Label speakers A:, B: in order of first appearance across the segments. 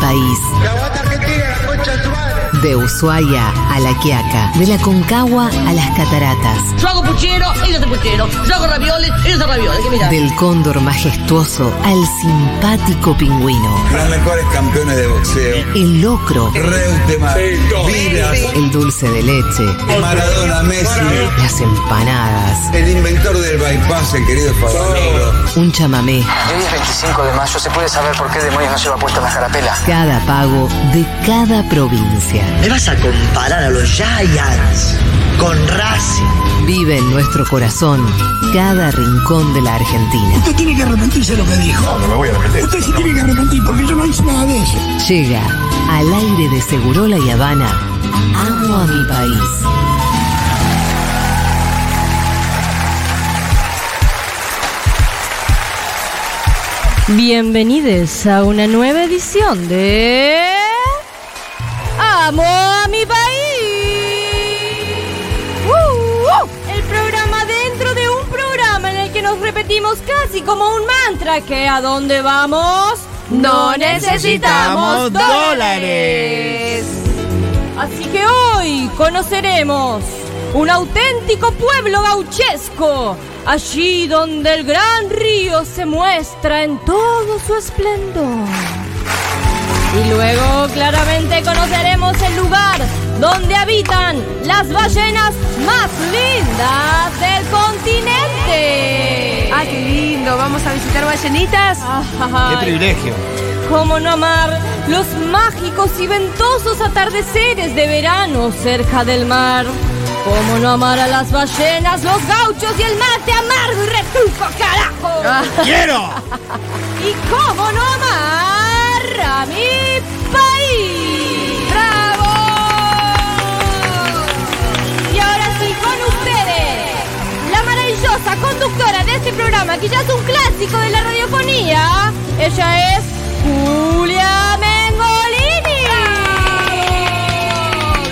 A: país. De Ushuaia a La Quiaca, de La Concagua a las Cataratas,
B: Yo hago puchero, ellos hacen puchero. Yo hago ravioles, ellos hacen ravioles. ¿Qué mirá?
A: del cóndor majestuoso al simpático pingüino,
C: Los mejores campeones de boxeo.
A: el locro,
C: Reutemann, Vilas,
A: el dulce de leche,
C: Maradona, Messi,
A: las empanadas,
C: el inventor del bypass, el querido Fabanero.
A: un chamamé,
D: El día 25 de mayo se puede saber por qué demonios no lleva puesta la carapela.
A: cada pago de cada provincia.
E: ¿Me vas a comparar a los Giants con Racing?
A: Vive en nuestro corazón cada rincón de la Argentina.
F: Usted tiene que arrepentirse de lo que dijo. No, no me voy a arrepentir. Usted sí tiene que arrepentir porque yo no hice nada de eso.
A: Llega al aire de Segurola y Habana. Amo a mi país.
G: Bienvenidos a una nueva edición de Amo a mi país. ¡Uh! ¡Uh! El programa dentro de un programa en el que nos repetimos casi como un mantra que a dónde vamos no necesitamos dólares. Así que hoy conoceremos un auténtico pueblo gauchesco, allí donde el gran río se muestra en todo su esplendor. Y luego claramente conoceremos el lugar donde habitan las ballenas más lindas del continente.
H: Ah, qué lindo, vamos a visitar ballenitas.
G: Ajá.
I: privilegio.
G: ¿Cómo no amar los mágicos y ventosos atardeceres de verano cerca del mar? ¿Cómo no amar a las ballenas, los gauchos y el mate amargo y retruco, carajo?
I: ¡Quiero!
G: ¿Y cómo no amar a mi país? ¡Bravo! Y ahora sí, con ustedes, la maravillosa conductora de este programa, que ya es un clásico de la radiofonía, ella es Julia Mengolini.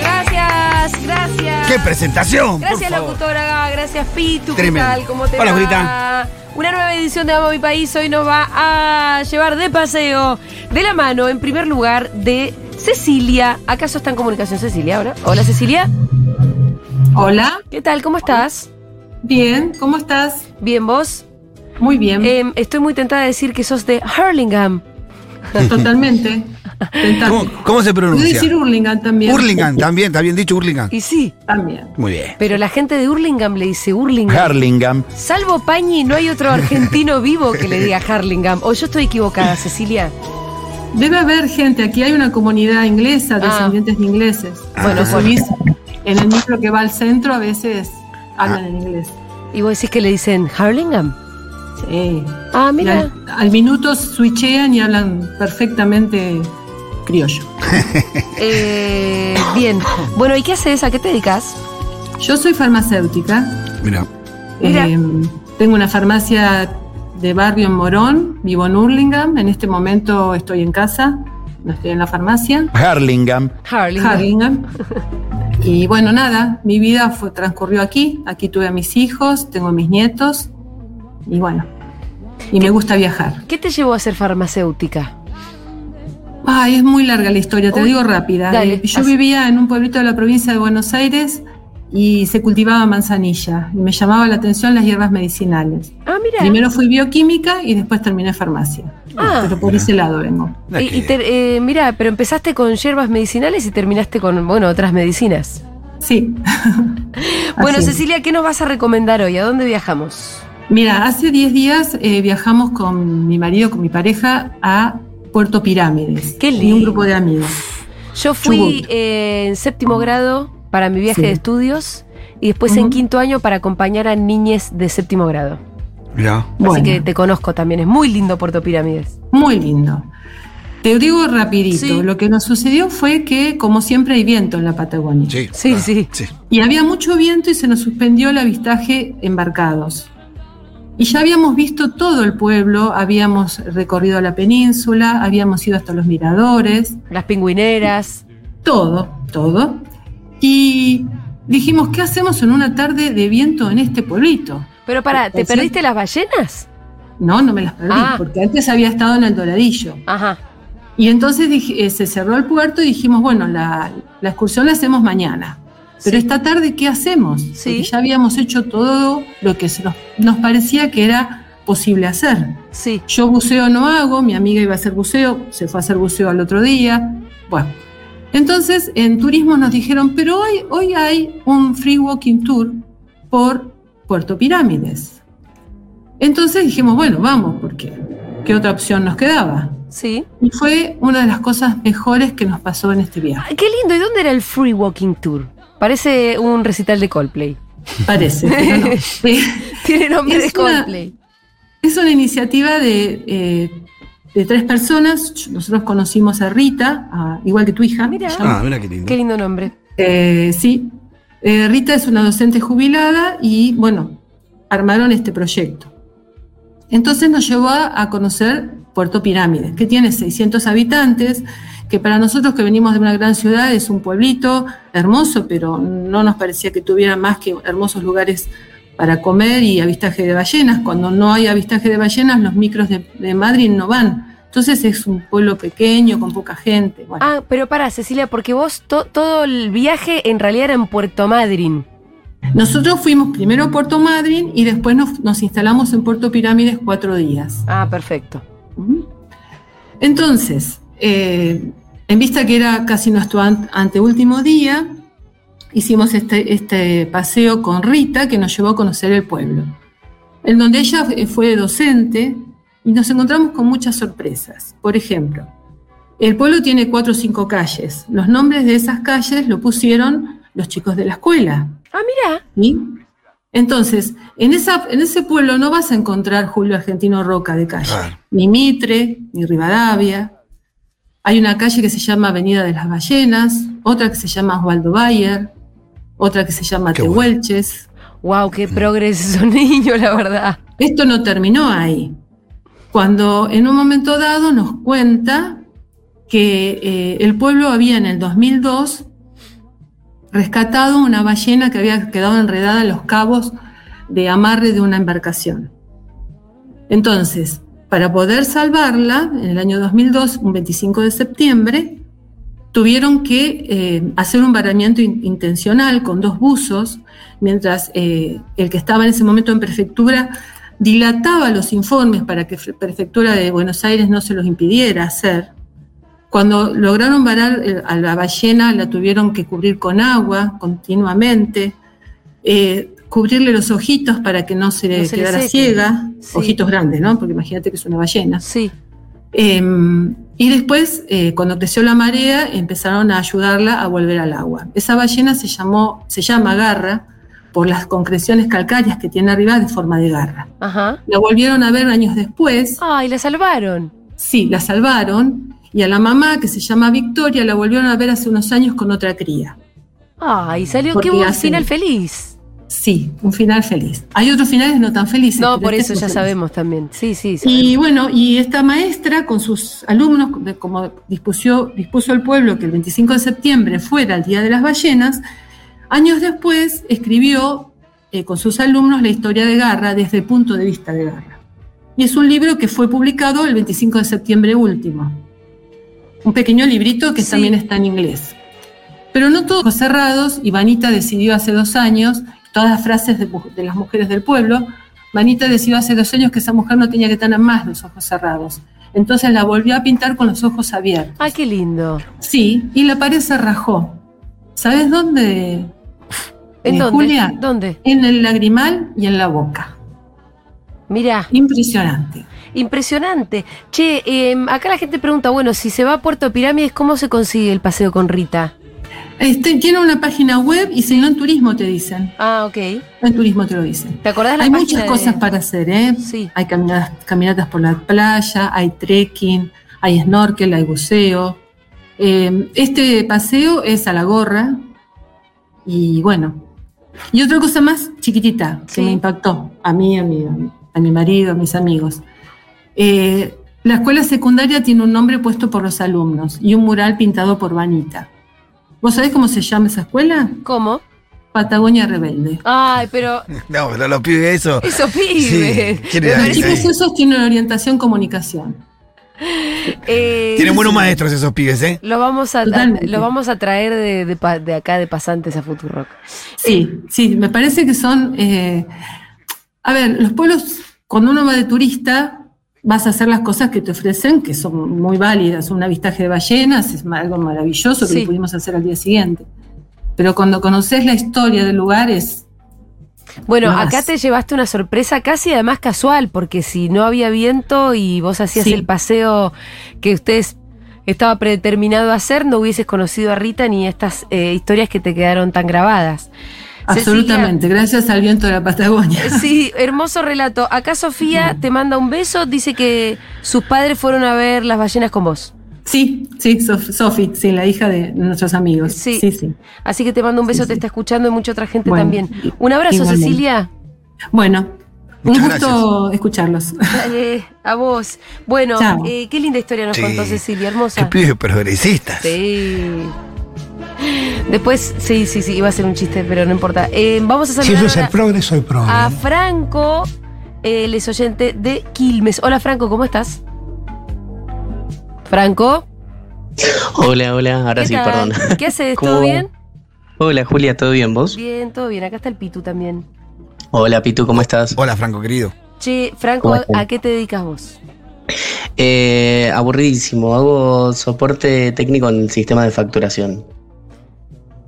H: Gracias, gracias.
I: ¡Qué presentación!
H: Gracias,
I: por favor!
H: locutora. Gracias, Pitu.
I: Tremendo.
H: ¿Qué tal? ¿Cómo te
I: Hola,
H: va?
I: Julita.
H: Una nueva edición de Amo Mi País hoy nos va a llevar de paseo de la mano, en primer lugar, de Cecilia. ¿Acaso está en comunicación Cecilia ahora? Hola, Cecilia.
J: Hola,
H: ¿Qué tal? ¿Cómo estás?
J: bien, ¿cómo estás?
H: Bien, vos.
J: Muy bien,
H: Em, estoy muy tentada de decir que sos de Hurlingham.
J: totalmente. Tentá-
I: ¿Cómo, cómo se
J: Puedes
I: pronuncia?
J: decir Hurlingham también.
I: Hurlingham, también, está bien dicho Hurlingham.
H: Y sí,
J: También.
I: Muy bien.
H: pero la gente de Hurlingham le dice Hurlingham.
I: Hurlingham.
H: Salvo Pañi, no hay otro argentino vivo que le diga Harlingham. O yo estoy equivocada, Cecilia.
J: Debe haber gente, aquí hay una comunidad inglesa,
H: Ah.
J: descendientes de ingleses.
H: Bueno,
J: Los subís en el micro que va al centro a veces hablan en inglés.
H: ¿Y vos decís que le dicen Harlingham?
J: Sí.
H: Ah,
J: Y
H: mira.
J: Al, al minuto switchean y hablan perfectamente criollo.
H: Eh, bien. Bueno, ¿y qué haces? ¿A qué te dedicas?
J: Yo soy farmacéutica.
I: Mira.
H: Mira.
J: Eh, tengo una farmacia de barrio en Morón, vivo en Hurlingham, en este momento estoy en casa, no estoy en la farmacia,
I: Hurlingham.
H: Harlingham.
J: Hurlingham. Y bueno, nada, mi vida fue, transcurrió aquí, aquí tuve a mis hijos, tengo a mis nietos y bueno, y me gusta viajar.
H: ¿Qué te llevó a ser farmacéutica?
J: Ay, es muy larga la historia, te
H: Uy,
J: digo rápida.
H: dale,
J: Eh, Yo
H: pasa.
J: vivía en un pueblito de la provincia de Buenos Aires y se cultivaba manzanilla y me llamaba la atención las hierbas medicinales.
H: Ah, mira.
J: Primero fui bioquímica y después terminé farmacia.
H: Ah.
J: Pero por ese lado vengo.
H: Y- y te- eh, mira, pero empezaste con hierbas medicinales y terminaste con, bueno, otras medicinas.
J: Sí.
H: Bueno,
J: Así es.
H: Cecilia, ¿qué nos vas a recomendar hoy? ¿A dónde viajamos?
J: Mira, hace 10 días eh, viajamos con mi marido, con mi pareja, a Puerto Pirámides.
H: Qué
J: Y un
H: lindo.
J: grupo de amigos.
H: Yo fui
J: Chubut.
H: eh, en séptimo grado para mi viaje
J: Sí.
H: de estudios y después en
J: Ujú.
H: quinto año para acompañar a niñes de séptimo grado.
I: Mira.
J: Bueno,
H: Así que te conozco también, es muy lindo Puerto Pirámides.
J: muy lindo. Te digo rapidito,
H: Sí.
J: lo que nos sucedió fue que, como siempre, hay viento en la Patagonia.
I: Sí.
H: Sí, sí.
I: Sí.
J: Y había mucho viento y se nos suspendió el avistaje embarcados. Y ya habíamos visto todo el pueblo, habíamos recorrido la península, habíamos ido hasta los miradores,
H: Las pingüineras.
J: todo, todo. Y dijimos, ¿qué hacemos en una tarde de viento en este pueblito?
H: Pero para, ¿te
J: Pensé-
H: perdiste las ballenas?
J: No, no me las perdí,
H: Ah.
J: porque antes había estado en el Doradillo.
H: Ajá.
J: Y entonces dij- eh, se cerró el puerto y dijimos, bueno, la, la excursión la hacemos mañana. Pero esta tarde, ¿qué hacemos? Porque ya habíamos hecho todo lo que se nos, nos parecía que era posible hacer.
H: Sí.
J: Yo buceo no hago, mi amiga iba a hacer buceo, se fue a hacer buceo al otro día. Bueno, entonces en turismo nos dijeron, pero hoy, hoy hay un free walking tour por Puerto Pirámides. Entonces dijimos, bueno, vamos, porque ¿qué otra opción nos quedaba?
H: Sí.
J: Y fue una de las cosas mejores que nos pasó en este viaje,
H: Ay, Ah, qué lindo. ¿Y dónde era el Free Walking Tour? Parece un recital de Coldplay.
J: parece. pero no. Eh,
H: Tiene nombre
J: Es
H: de
J: una-
H: Coldplay.
J: Es una iniciativa de, eh, de tres personas. Yo- Nosotros conocimos a Rita, a- igual que tu hija.
H: Mirá.
J: se llama.
I: Ah, mira qué lindo.
H: Qué lindo nombre.
J: Eh, sí. Eh, Rita es una docente jubilada y, bueno, armaron este proyecto. Entonces nos llevó a, a conocer Puerto Pirámides, que tiene 600 habitantes, que para nosotros que venimos de una gran ciudad es un pueblito hermoso, pero no nos parecía que tuviera más que hermosos lugares para comer y avistaje de ballenas. Cuando no hay avistaje de ballenas, los micros de, de Madrid no van. Entonces es un pueblo pequeño, con poca gente. Bueno.
H: Ah, pero pará, Cecilia, porque vos to- todo el viaje en realidad era en Puerto Madryn.
J: Nosotros fuimos primero a Puerto Madryn y después nos, nos instalamos en Puerto Pirámides cuatro días.
H: Ah, perfecto.
J: Ujú. Entonces, eh, en vista que era casi nuestro an- anteúltimo día, hicimos este, este paseo con Rita que nos llevó a conocer el pueblo, en donde ella f- fue docente y nos encontramos con muchas sorpresas. Por ejemplo, el pueblo tiene cuatro o cinco calles. Los nombres de esas calles lo pusieron los chicos de la escuela.
H: Ah, mira.
J: ¿Sí? Entonces, en, esa, en ese pueblo no vas a encontrar Julio Argentino Roca de calle,
I: Claro.
J: ni Mitre, ni Rivadavia. Hay una calle que se llama Avenida de las Ballenas, otra que se llama Osvaldo Bayer, otra que se llama
I: Qué bueno.
J: Tehuelches.
H: Wow, qué
J: Mm.
H: progreso, niño, la verdad.
J: Esto no terminó ahí. Cuando en un momento dado nos cuenta que eh, el pueblo había en el 2002 rescatado una ballena que había quedado enredada en los cabos de amarre de una embarcación. Entonces, para poder salvarla, en el año 2002, un 25 de septiembre, tuvieron que eh, hacer un varamiento in- intencional con dos buzos, mientras eh, el que estaba en ese momento en prefectura dilataba los informes para que Fe- prefectura de Buenos Aires no se los impidiera hacer. Cuando lograron varar eh, a la ballena, la tuvieron que cubrir con agua continuamente, eh, cubrirle los ojitos para que no se,
H: No se le
J: quedara
H: seque.
J: ciega,
H: Sí.
J: ojitos grandes, ¿no? Porque imagínate que es una ballena.
H: Sí.
J: Eh, y después, eh, cuando creció la marea, empezaron a ayudarla a volver al agua. Esa ballena se, llamó, se llama garra por las concreciones calcáreas que tiene arriba de forma de garra.
H: Ajá.
J: La volvieron a ver años después,
H: Ay, la salvaron.
J: sí, la salvaron, y a la mamá, que se llama Victoria, la volvieron a ver hace unos años con otra cría.
H: Ay, salió.
J: Porque
H: Qué buen
J: hacen-
H: final feliz.
J: Sí, un final feliz. Hay otros finales no tan felices.
H: No,
J: pero
H: por eso
J: este es
H: ya
J: un feliz.
H: sabemos también. Sí, sí.
J: Y bueno, y esta maestra con sus alumnos, de- como dispuso, dispuso el pueblo que el 25 de septiembre fuera el Día de las Ballenas, años después escribió eh, con sus alumnos la historia de Garra desde el punto de vista de Garra. Y es un libro que fue publicado el 25 de septiembre último. Un pequeño librito que
H: Sí.
J: también está en inglés. Pero no todos ojos cerrados, y Vanita decidió hace dos años, todas las frases de, mu- de las mujeres del pueblo, Vanita decidió hace dos años que esa mujer no tenía que tener más los ojos cerrados. Entonces la volvió a pintar con los ojos abiertos.
H: Ay, Ah, qué lindo.
J: Sí, y la pared se rajó. ¿Sabes dónde?
H: ¿En
J: Eh,
H: dónde?
J: Julia.
H: ¿Dónde?
J: En el lagrimal y en la boca.
H: Mirá,
J: Impresionante.
H: impresionante. Che, eh, acá la gente pregunta, bueno, si se va a Puerto Pirámides, ¿cómo se consigue el paseo con Rita?
J: Este, tiene una página web y si no en turismo te dicen.
H: Ah, ok.
J: En turismo te lo dicen.
H: ¿Te acordás la
J: Hay
H: página
J: muchas
H: de-
J: cosas para hacer, ¿eh?
H: Sí.
J: Hay caminatas, caminatas por la playa, hay trekking, hay snorkel, hay buceo. Eh, este paseo es a la gorra. Y bueno. Y otra cosa más chiquitita que
H: Sí.
J: me impactó a mí, a mi, a mi marido, a mis amigos. Eh, la escuela secundaria tiene un nombre puesto por los alumnos y un mural pintado por Vanita. ¿Vos sabés cómo se llama esa escuela?
H: ¿Cómo?
J: Patagonia Rebelde.
H: Ay, pero
I: No, pero los pibes eso.
H: esos pibes.
I: ¿quién
H: Me
I: era
J: Los
H: parece-
I: ese?
J: chicos esos tienen orientación comunicación.
H: Eh,
I: Tienen buenos maestros esos pibes, ¿eh?
H: Lo vamos a,
K: Totalmente.
H: lo vamos a traer de, de pa- de acá de pasantes a Futurock.
K: Sí, sí, me parece que son. eh, a ver, los pueblos, cuando uno va de turista, vas a hacer las cosas que te ofrecen, que son muy válidas. Un avistaje de ballenas es ma- algo maravilloso que
H: Sí.
K: lo pudimos hacer al día siguiente. Pero cuando conoces la historia del lugar es.
H: Bueno,
K: Más.
H: acá te llevaste una sorpresa casi además casual, porque si no había viento y vos hacías
K: Sí.
H: el paseo que ustedes estaba predeterminado a hacer, no hubieses conocido a Rita ni estas eh, historias que te quedaron tan grabadas.
K: Absolutamente, gracias al viento de la Patagonia.
H: Cecilia, Sí, hermoso relato. Acá Sofía te manda un beso, dice que sus padres fueron a ver las ballenas con vos.
K: Sí, sí, Sof- Sofi, sí, la hija de nuestros amigos.
H: Sí.
K: Sí, sí. sí.
H: Así que te mando un
K: Sí,
H: beso,
K: sí.
H: te está escuchando y mucha otra gente
K: Bueno,
H: también. Un abrazo,
K: igualmente.
H: Cecilia.
K: Bueno,
I: Muchas
K: un gusto escucharlos.
H: Dale, a vos. Bueno,
K: Chao.
H: eh, qué linda historia nos
I: Sí.
H: contó Cecilia,
I: Qué
H: hermosa.
I: pibes progresistas.
H: Sí. Después, sí, sí, sí, iba a ser un chiste, pero no importa. Eh, vamos a
C: Si
H: saludar
C: yo soy
H: ahora
C: progre, soy progre.
H: a Franco, el es oyente de Quilmes. Hola Franco, ¿cómo estás? Franco.
J: Hola, hola, ahora
H: ¿qué
J: Ah, sí,
H: tal?
J: perdón.
H: ¿Qué haces?
J: ¿Cómo
H: ¿Todo
J: va?
H: bien?
J: Hola, Julia, ¿todo bien vos?
H: Bien, todo bien. Acá está el Pitu también.
J: Hola, Pitu, ¿cómo estás?
I: Hola, Franco, querido.
H: Che, Franco,
J: ¿Cómo
H: ¿a,
J: están?
H: a qué te dedicas vos?
J: Eh, aburridísimo, hago soporte técnico en el sistema de facturación.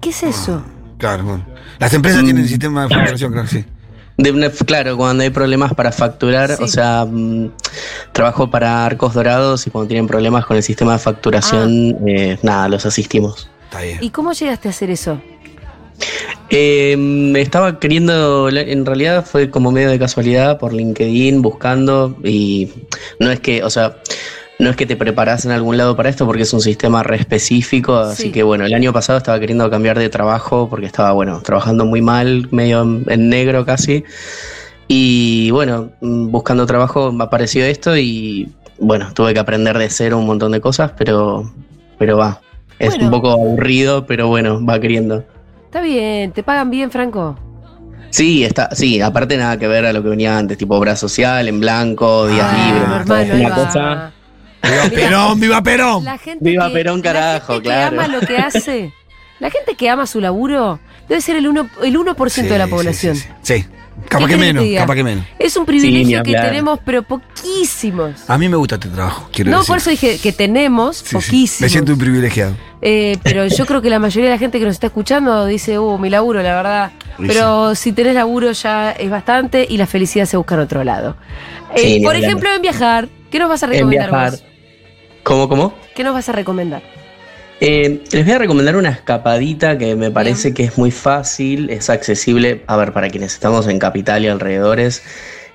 H: ¿Qué es eso?
I: Claro, bueno. Las empresas
J: Mm.
I: tienen sistema de facturación, claro, sí.
J: De una- claro, cuando hay problemas para facturar,
H: Sí.
J: o sea, mm, trabajo para Arcos Dorados y cuando tienen problemas con el sistema de facturación, eh, nada, los asistimos.
I: Está bien.
H: ¿Y cómo llegaste a hacer eso?
J: Eh, mm, estaba queriendo, la- en realidad fue como medio de casualidad por LinkedIn, buscando y no es que, o sea, no es que te preparas en algún lado para esto porque es un sistema re específico, así
H: Sí.
J: que bueno, el año pasado estaba queriendo cambiar de trabajo porque estaba, bueno, trabajando muy mal, medio en, en negro casi. Y bueno, mm, buscando trabajo me apareció esto y bueno, tuve que aprender de cero un montón de cosas, pero, pero va. Es
H: Bueno.
J: un poco aburrido, pero bueno, va queriendo.
H: Está bien, ¿te pagan bien, Franco?
J: Sí, está, sí, aparte nada que ver a lo que venía antes, tipo obra social, en blanco, días
I: Ah,
J: libres,
I: no,
J: todo es
H: ahí
J: una
H: va.
J: cosa.
I: Viva
H: Mira.
I: Perón, viva Perón.
H: La gente
J: Viva
H: que,
J: Perón,
H: la
J: carajo,
H: gente
J: claro.
H: que ama lo que hace, la gente que ama su laburo, debe ser el, uno, el 1% de la
I: Sí, sí,
H: población.
I: Sí, sí, sí. capaz
H: ¿Qué
I: que
H: querés
I: menos,
H: que diga?
I: capaz que menos.
H: Es un
J: Sí, ni
H: privilegio que
J: hablar.
H: tenemos, pero poquísimos.
I: A mí me gusta este trabajo, quiero
H: No,
I: decir.
H: por eso dije que tenemos
I: Sí, sí.
H: poquísimos.
I: Me siento un privilegiado.
H: Eh, pero yo creo que la mayoría de la gente que nos está escuchando dice, uh, mi laburo, la verdad.
I: Y
H: Pero si tenés laburo ya es bastante y la felicidad se busca en otro lado. Eh,
J: Sí, ni
H: por
J: hablar.
H: ejemplo, en viajar. ¿Qué nos vas a
J: En
H: recomendar
J: viajar.
H: vos?
J: ¿Cómo, cómo?
H: ¿Qué nos vas a recomendar?
J: Eh, les voy a recomendar una escapadita que me parece que es muy fácil, es accesible, a ver, para quienes estamos en Capital y alrededores,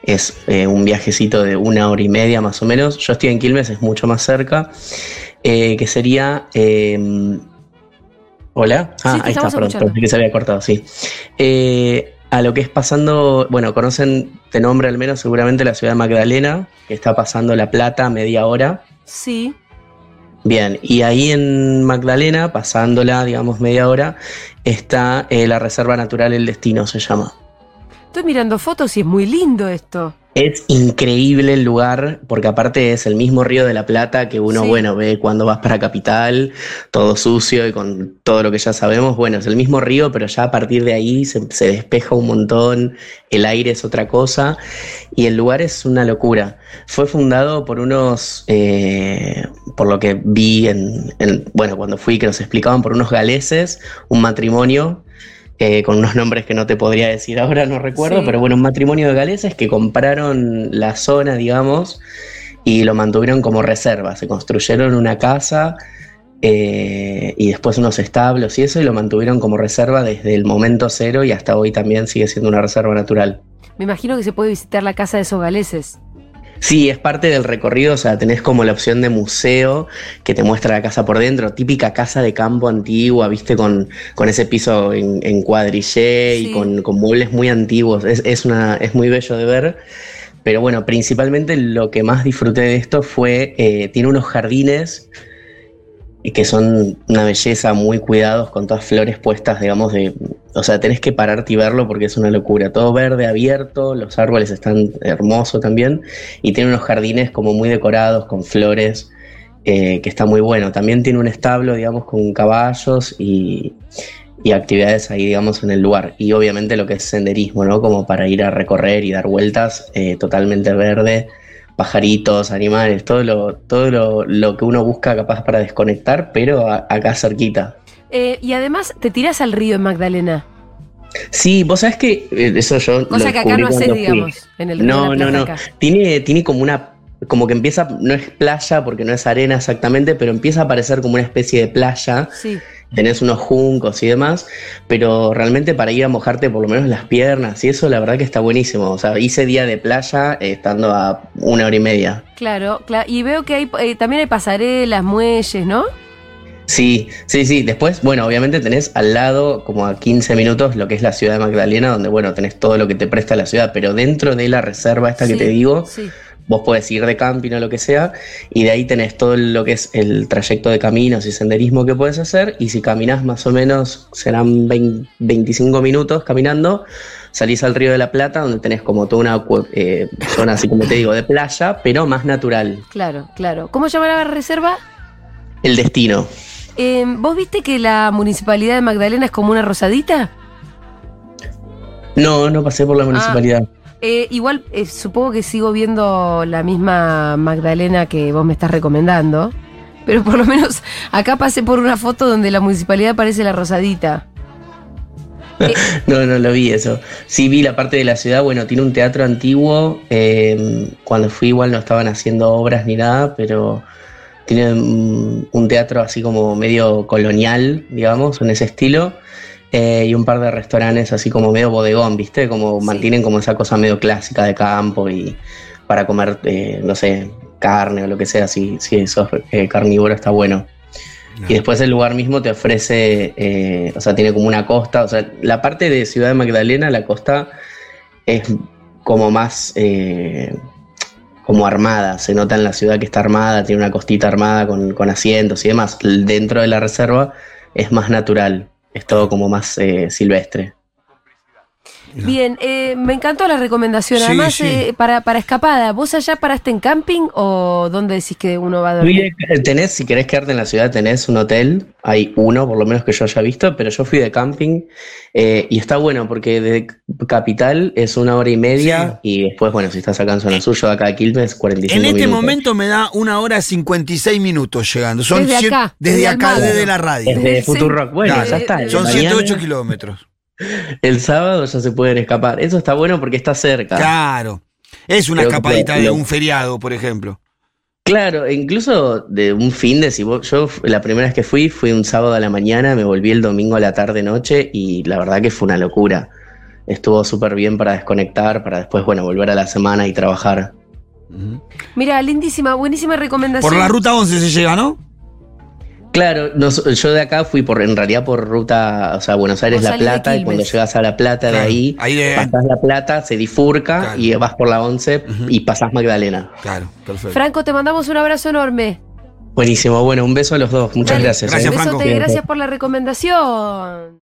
J: es eh, un viajecito de una hora y media más o menos, yo estoy en Quilmes, es mucho más cerca, eh, que sería... eh, Hola, ah,
H: Sí, te
J: ahí está,
H: estamos
J: perdón,
H: escuchando.
J: pensé que se había cortado, sí. Eh, a lo que es pasando, bueno, conocen de nombre al menos seguramente la ciudad de Magdalena, que está pasando La Plata media hora.
H: Sí.
J: Bien, y ahí en Magdalena, pasándola, digamos, media hora, está eh, la Reserva Natural El Destino, se llama.
H: Estoy mirando fotos y es muy lindo esto.
J: Es increíble el lugar, porque aparte es el mismo río de la Plata que uno,
H: Sí.
J: bueno, ve cuando vas para Capital, todo sucio y con todo lo que ya sabemos. Bueno, es el mismo río, pero ya a partir de ahí se, se despeja un montón, el aire es otra cosa y el lugar es una locura. Fue fundado por unos, eh, por lo que vi en, en- bueno, cuando fui que nos explicaban, por unos galeses, un matrimonio eh, con unos nombres que no te podría decir ahora, no recuerdo,
H: Sí.
J: pero bueno, un matrimonio de galeses que compraron la zona, digamos, y lo mantuvieron como reserva. Se construyeron una casa eh, y después unos establos y eso, y lo mantuvieron como reserva desde el momento cero y hasta hoy también sigue siendo una reserva natural.
H: Me imagino que se puede visitar la casa de esos galeses.
J: Sí, es parte del recorrido, o sea, tenés como la opción de museo que te muestra la casa por dentro, típica casa de campo antigua, viste, con, con ese piso en, en cuadrillé
H: Sí.
J: y con, con muebles muy antiguos. Es, es, una, es muy bello de ver. Pero bueno, principalmente lo que más disfruté de esto fue, eh, tiene unos jardines y que son una belleza, muy cuidados, con todas flores puestas, digamos, de, o sea, tenés que pararte y verlo porque es una locura. Todo verde, abierto, los árboles están hermosos también y tiene unos jardines como muy decorados con flores, eh, que está muy bueno. También tiene un establo, digamos, con caballos y, y actividades ahí, digamos, en el lugar. Y obviamente lo que es senderismo, ¿no? Como para ir a recorrer y dar vueltas, eh, totalmente verde, pajaritos, animales, todo lo, todo lo, lo que uno busca capaz para desconectar, pero a- acá cerquita.
H: Eh, y además te tiras al río en Magdalena.
J: Sí, vos sabés que eh, eso yo.
H: Cosa
J: lo
H: que acá
J: descubrí
H: no haces,
J: cuando fui.
H: digamos, en el Río de
J: No,
H: la
J: no, no.
H: Plata acá.
J: Tiene, tiene como una. Como que empieza, no es playa porque no es arena exactamente, pero empieza a parecer como una especie de playa.
H: Sí.
J: Tenés unos juncos y demás, pero realmente para ir a mojarte por lo menos las piernas y eso, la verdad que está buenísimo. O sea, hice día de playa eh, estando a una hora y media.
H: Claro, claro. Y veo que hay, eh, también hay pasarelas, muelles, ¿no?
J: Sí, sí, sí. Después, bueno, obviamente tenés al lado, como a 15 minutos, lo que es la ciudad de Magdalena, donde, bueno, tenés todo lo que te presta la ciudad, pero dentro de la reserva esta
H: Sí,
J: que te digo,
H: sí.
J: vos podés ir de camping o lo que sea, y de ahí tenés todo lo que es el trayecto de caminos y senderismo que puedes hacer, y si caminás más o menos, serán 20 25 minutos caminando, salís al Río de la Plata, donde tenés como toda una acua- eh, zona, así como te digo, de playa, pero más natural.
H: Claro, claro. ¿Cómo llama la reserva?
J: El destino.
H: Eh, ¿Vos viste que la municipalidad de Magdalena es como una rosadita?
J: No, no pasé por la municipalidad.
H: Eh, igual eh, supongo que sigo viendo la misma Magdalena que vos me estás recomendando, pero por lo menos acá pasé por una foto donde la municipalidad parece la rosadita.
J: No, no lo vi eso. Sí vi la parte de la ciudad, bueno, tiene un teatro antiguo. eh, cuando fui igual no estaban haciendo obras ni nada, pero tiene mm, un teatro así como medio colonial, digamos, en ese estilo. eh, y un par de restaurantes así como medio bodegón, ¿viste? Como mantienen como esa cosa medio clásica de campo y para comer, eh, no sé, carne o lo que sea, si, si sos eh, carnívoro está bueno. Y después el lugar mismo te ofrece, eh, o sea, tiene como una costa, o sea, la parte de Ciudad de Magdalena, la costa es como más eh, como armada, se nota en la ciudad que está armada, tiene una costita armada con, con asientos y demás. L- Dentro de la reserva es más natural, es todo como más eh, silvestre.
H: Bien, eh, me encantó la recomendación.
J: Sí,
H: Además,
J: sí.
H: eh, para, para escapada, ¿vos allá paraste en camping o dónde decís que uno va a dormir?
J: Fui de- Eh, tenés, si querés quedarte en la ciudad, tenés un hotel, hay uno por lo menos que yo haya visto, pero yo fui de camping eh, y está bueno porque de Capital es una hora y media y después, bueno, si estás acá en zona suya, acá a Quilmes, 45
I: Eh, En este
J: minutos.
I: momento me da una hora 56 minutos llegando. Son
J: Desde
I: cien-
J: acá,
I: desde,
J: desde
I: acá,
J: Almagro.
I: desde la radio.
J: Desde Desde el Futurock. Bueno,
H: Eh,
J: ya está,
I: Son
J: mañana.
I: 108 kilómetros.
J: El sábado ya se pueden escapar. Eso está bueno porque está cerca.
I: Claro. Es una
J: Creo que
I: escapadita
J: lo-
I: de
J: lo-
I: un feriado, por ejemplo.
J: Claro, e incluso de un fin de si vos, yo f- la primera vez que fui fui un sábado a la mañana, me volví el domingo a la tarde noche y la verdad que fue una locura. Estuvo súper bien para desconectar, para después, bueno, volver a la semana y trabajar.
H: Mira, lindísima, buenísima recomendación.
I: Por la ruta 11 se llega, ¿no?
J: Claro, nos- yo de acá fui por, en realidad por ruta, o sea, Buenos Aires,
I: Vos
J: La
I: salís de
J: Plata, y
I: Quilmes.
J: cuando llegas a La Plata de
I: Claro,
J: ahí, pasás La Plata, se difurca y vas por la 11 y pasás Magdalena.
I: Claro, perfecto.
H: Franco, te mandamos un abrazo enorme.
J: Buenísimo, bueno, un beso a los dos, muchas gracias. ¿eh?
H: Besote, gracias por la recomendación.